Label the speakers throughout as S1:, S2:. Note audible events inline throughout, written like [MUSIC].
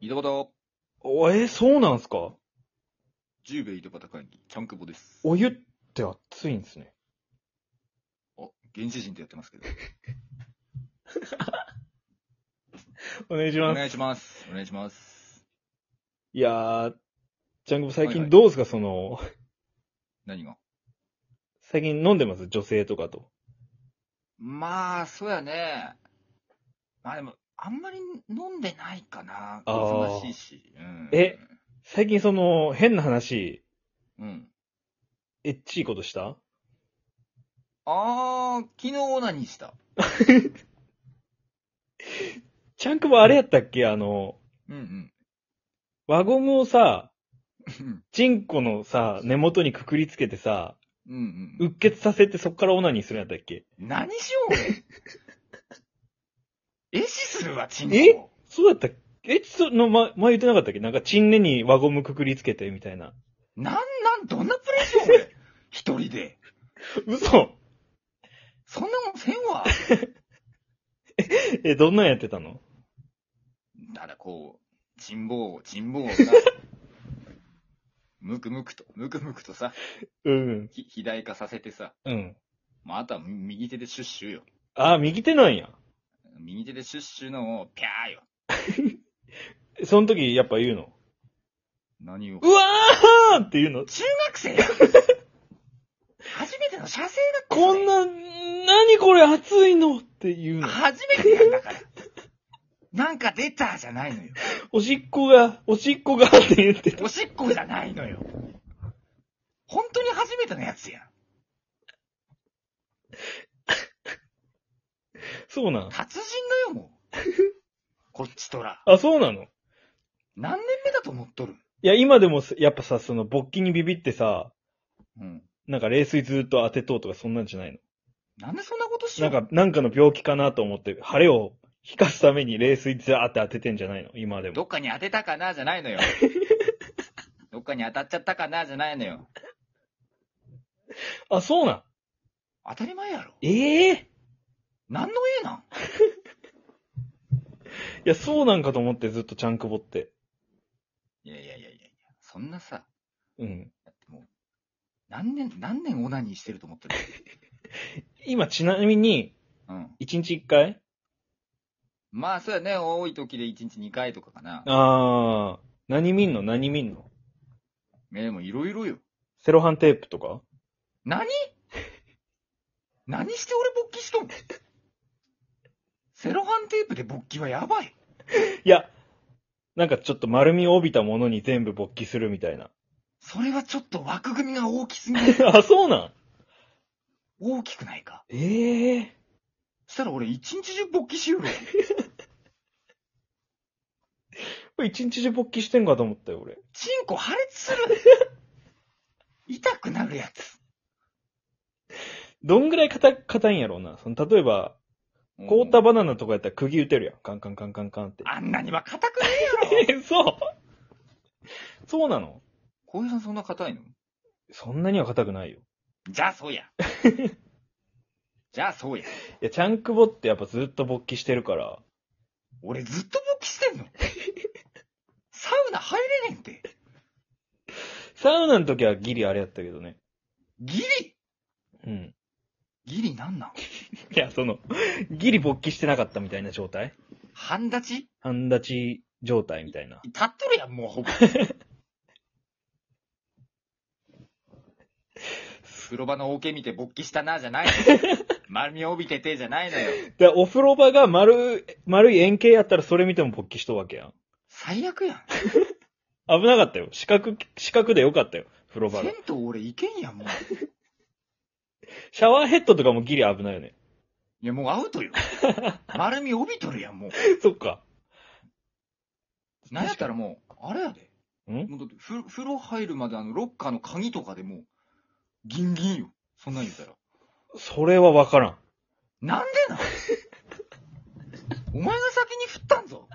S1: 井戸端、
S2: おえ、そうなんすか
S1: 十兵衛井戸端会議、キャンクボです。
S2: お湯って熱いんですね。
S1: お、原始人とやってます
S2: [LAUGHS]
S1: けど。
S2: お願いし
S1: お
S2: ます。
S1: 願いします。お願いします。
S2: いやー、ジャンクボ最
S1: はいは
S2: 近
S1: い
S2: どうですか、その、
S1: 何が
S2: 最近飲んでます女性とかと。
S1: まあ、そうやね。まあでも、あんまり飲んでないかな。
S2: あー
S1: 忙しいし。うん、
S2: え最近その、変な話、
S1: うん。
S2: エッチいことした
S1: あー、昨日何した
S2: ジャンクボあれやったっけあの、
S1: うん [LAUGHS]
S2: 輪ゴムをさ、
S1: うん。
S2: チンコのさ、根元にくくりつけてさ、
S1: うんうんうん。
S2: うっ血させてそっからオナニーするんやったっけ
S1: 何しよう
S2: [LAUGHS]
S1: ねえ死するわ、チンコ。
S2: えそうだったっけえ、その、ま、前言ってなかったっけなんか、チンネに輪ゴムくくりつけて、みたいな。
S1: なんなん、どんなプレッシャー俺。一人で。
S2: 嘘
S1: そんなもんせんわ。
S2: え、どんなんやってたの
S1: ただこう、人望を、人
S2: [LAUGHS]
S1: 望をさ、むくむくと、むくむくとさ、
S2: うん。
S1: ひ、肥大化させてさ、
S2: うん。
S1: まあ、あとは右手でシュッシュよ。
S2: あ、右手なんや。
S1: 右手でシュッシュのを、ぴゃーよ。
S2: その時やっぱ言うの。
S1: 何を。
S2: うわーって言うの。
S1: 中学
S2: [LAUGHS]
S1: 生初めての射精だった
S2: こんな、何これ熱いのって言うの。
S1: 初めてなんだから。なんか出たじゃないのよ。
S2: おしっこが、おしっこがって言ってた。
S1: おしっこじゃないのよ。本当に初めてのやつやん。
S2: そうなの。
S1: 達人だよ、も
S2: [LAUGHS]
S1: う。こっちとら。
S2: あ、そうなの。い
S1: 何年目だと思っとる
S2: や、今でもすやっぱさ、その勃起にビビってさ、
S1: うん。
S2: なんか冷水ずっと当てとうとかそんなんじゃないの。
S1: なんでそんなことしよ
S2: な
S1: うん
S2: か、なんかの病気かなと思って、腫れを引かすために冷水ザーって当ててんじゃないの今で
S1: ど
S2: も。
S1: っかに当てたかなじゃない [LAUGHS] のよ。どっかに当たっちゃったかなじゃないのよ。
S2: あ、そうなん。
S1: 当たり前やろ。
S2: ええ
S1: 何の絵なん
S2: いや、そうなんかと思ってずっとちゃんくぼって。
S1: いやいやいやいやいや。そんなさ、
S2: うん。
S1: だってもう、何年、何年オナニーしてると思ってる。
S2: 今ちなみに、
S1: うん。
S2: 1日1回
S1: まあ、そうやね。多い時で1日2回とかかな。
S2: ああ、何見んの何見んの
S1: ねでもいろいろよ。
S2: セロハンテープとか
S1: 何何して俺勃起しとんセロハンテープで勃起はやばい。
S2: いや、なんかちょっと丸みを帯びたものに全部勃起するみたいな。
S1: それはちょっと枠組みが大きすぎる。
S2: [LAUGHS] あ、そうなん
S1: 大きくないか。
S2: ええ
S1: したら俺一日中勃起しよるわ。
S2: これ一日中勃起してんかと思ったよ、俺。
S1: チンコ破裂 [LAUGHS] する痛くなるやつ。
S2: どんぐらい硬、硬いんやろうな。その、例えば、凍ったバナナとかやったら釘打てるやん。カンカンカンカンカンって。
S1: あんなには硬くねえやろ。
S2: え、そうそうなの
S1: [LAUGHS] 小平さんそんな硬いの
S2: そんなには硬くないよ。
S1: じゃあ
S2: [LAUGHS]
S1: そうや。じゃあそうや。
S2: いや、チャンクボってやっぱずっと勃起してるから。
S1: 俺ずっと勃起してんの。サウナ入れねえって。
S2: サウナの時はギリあれやったけどね。
S1: ギリ
S2: うん。
S1: ギリなんなん
S2: いや、その、ギリ勃起してなかったみたいな状態
S1: 半立ち
S2: 半立ち状態みたいな。
S1: 立っとるやん、もうほ
S2: [LAUGHS]
S1: ぼ。風呂場の桶見て勃起したな、じゃ
S2: [LAUGHS]
S1: ないの。丸みを帯びてて、じゃないのよ。
S2: で、お風呂場が丸い、丸い円形やったらそれ見ても勃起しとうわけやん。
S1: 最悪やん。
S2: 危なかったよ。四角、四角でよかったよ。風呂場が
S1: 銭。湯俺行けんやん、も [LAUGHS] う。
S2: シャワーヘッドとかもギリ危ないよね。
S1: いや、もうアウ [LAUGHS] トよ。丸み帯びとるやん、もう。
S2: [LAUGHS] そっか。
S1: なんやったらもう、あれやで。
S2: ん
S1: もうだって、ふ風呂入るまであの、ロッカーの鍵とかでもう、ギンギンよ。そんなん言うたら。
S2: それはわからん。
S1: なんで [LAUGHS] なんお前が先に振ったんぞ。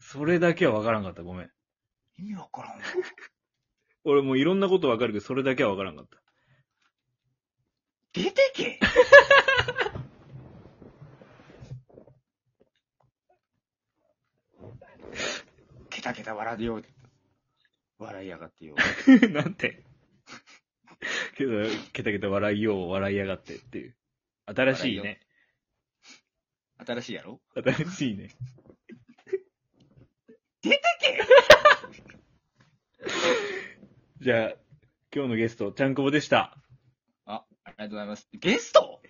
S2: それだけはわからんかった。ごめん。
S1: 意味わからんわ。
S2: 俺もういろんなことわかるけど、それだけはわからんかった。
S1: 出て [LAUGHS] けけタケタ笑うよ。笑いやがってよ。
S2: [LAUGHS] なんて。けど、ケタケタ笑いよう、笑いやがってっていう。新しいね。
S1: 新しいやろ
S2: 新しいね。
S1: 出てけ
S2: [LAUGHS] じゃあ、今日のゲスト、ちゃんこぼでした。
S1: ありがとうございます。ゲスト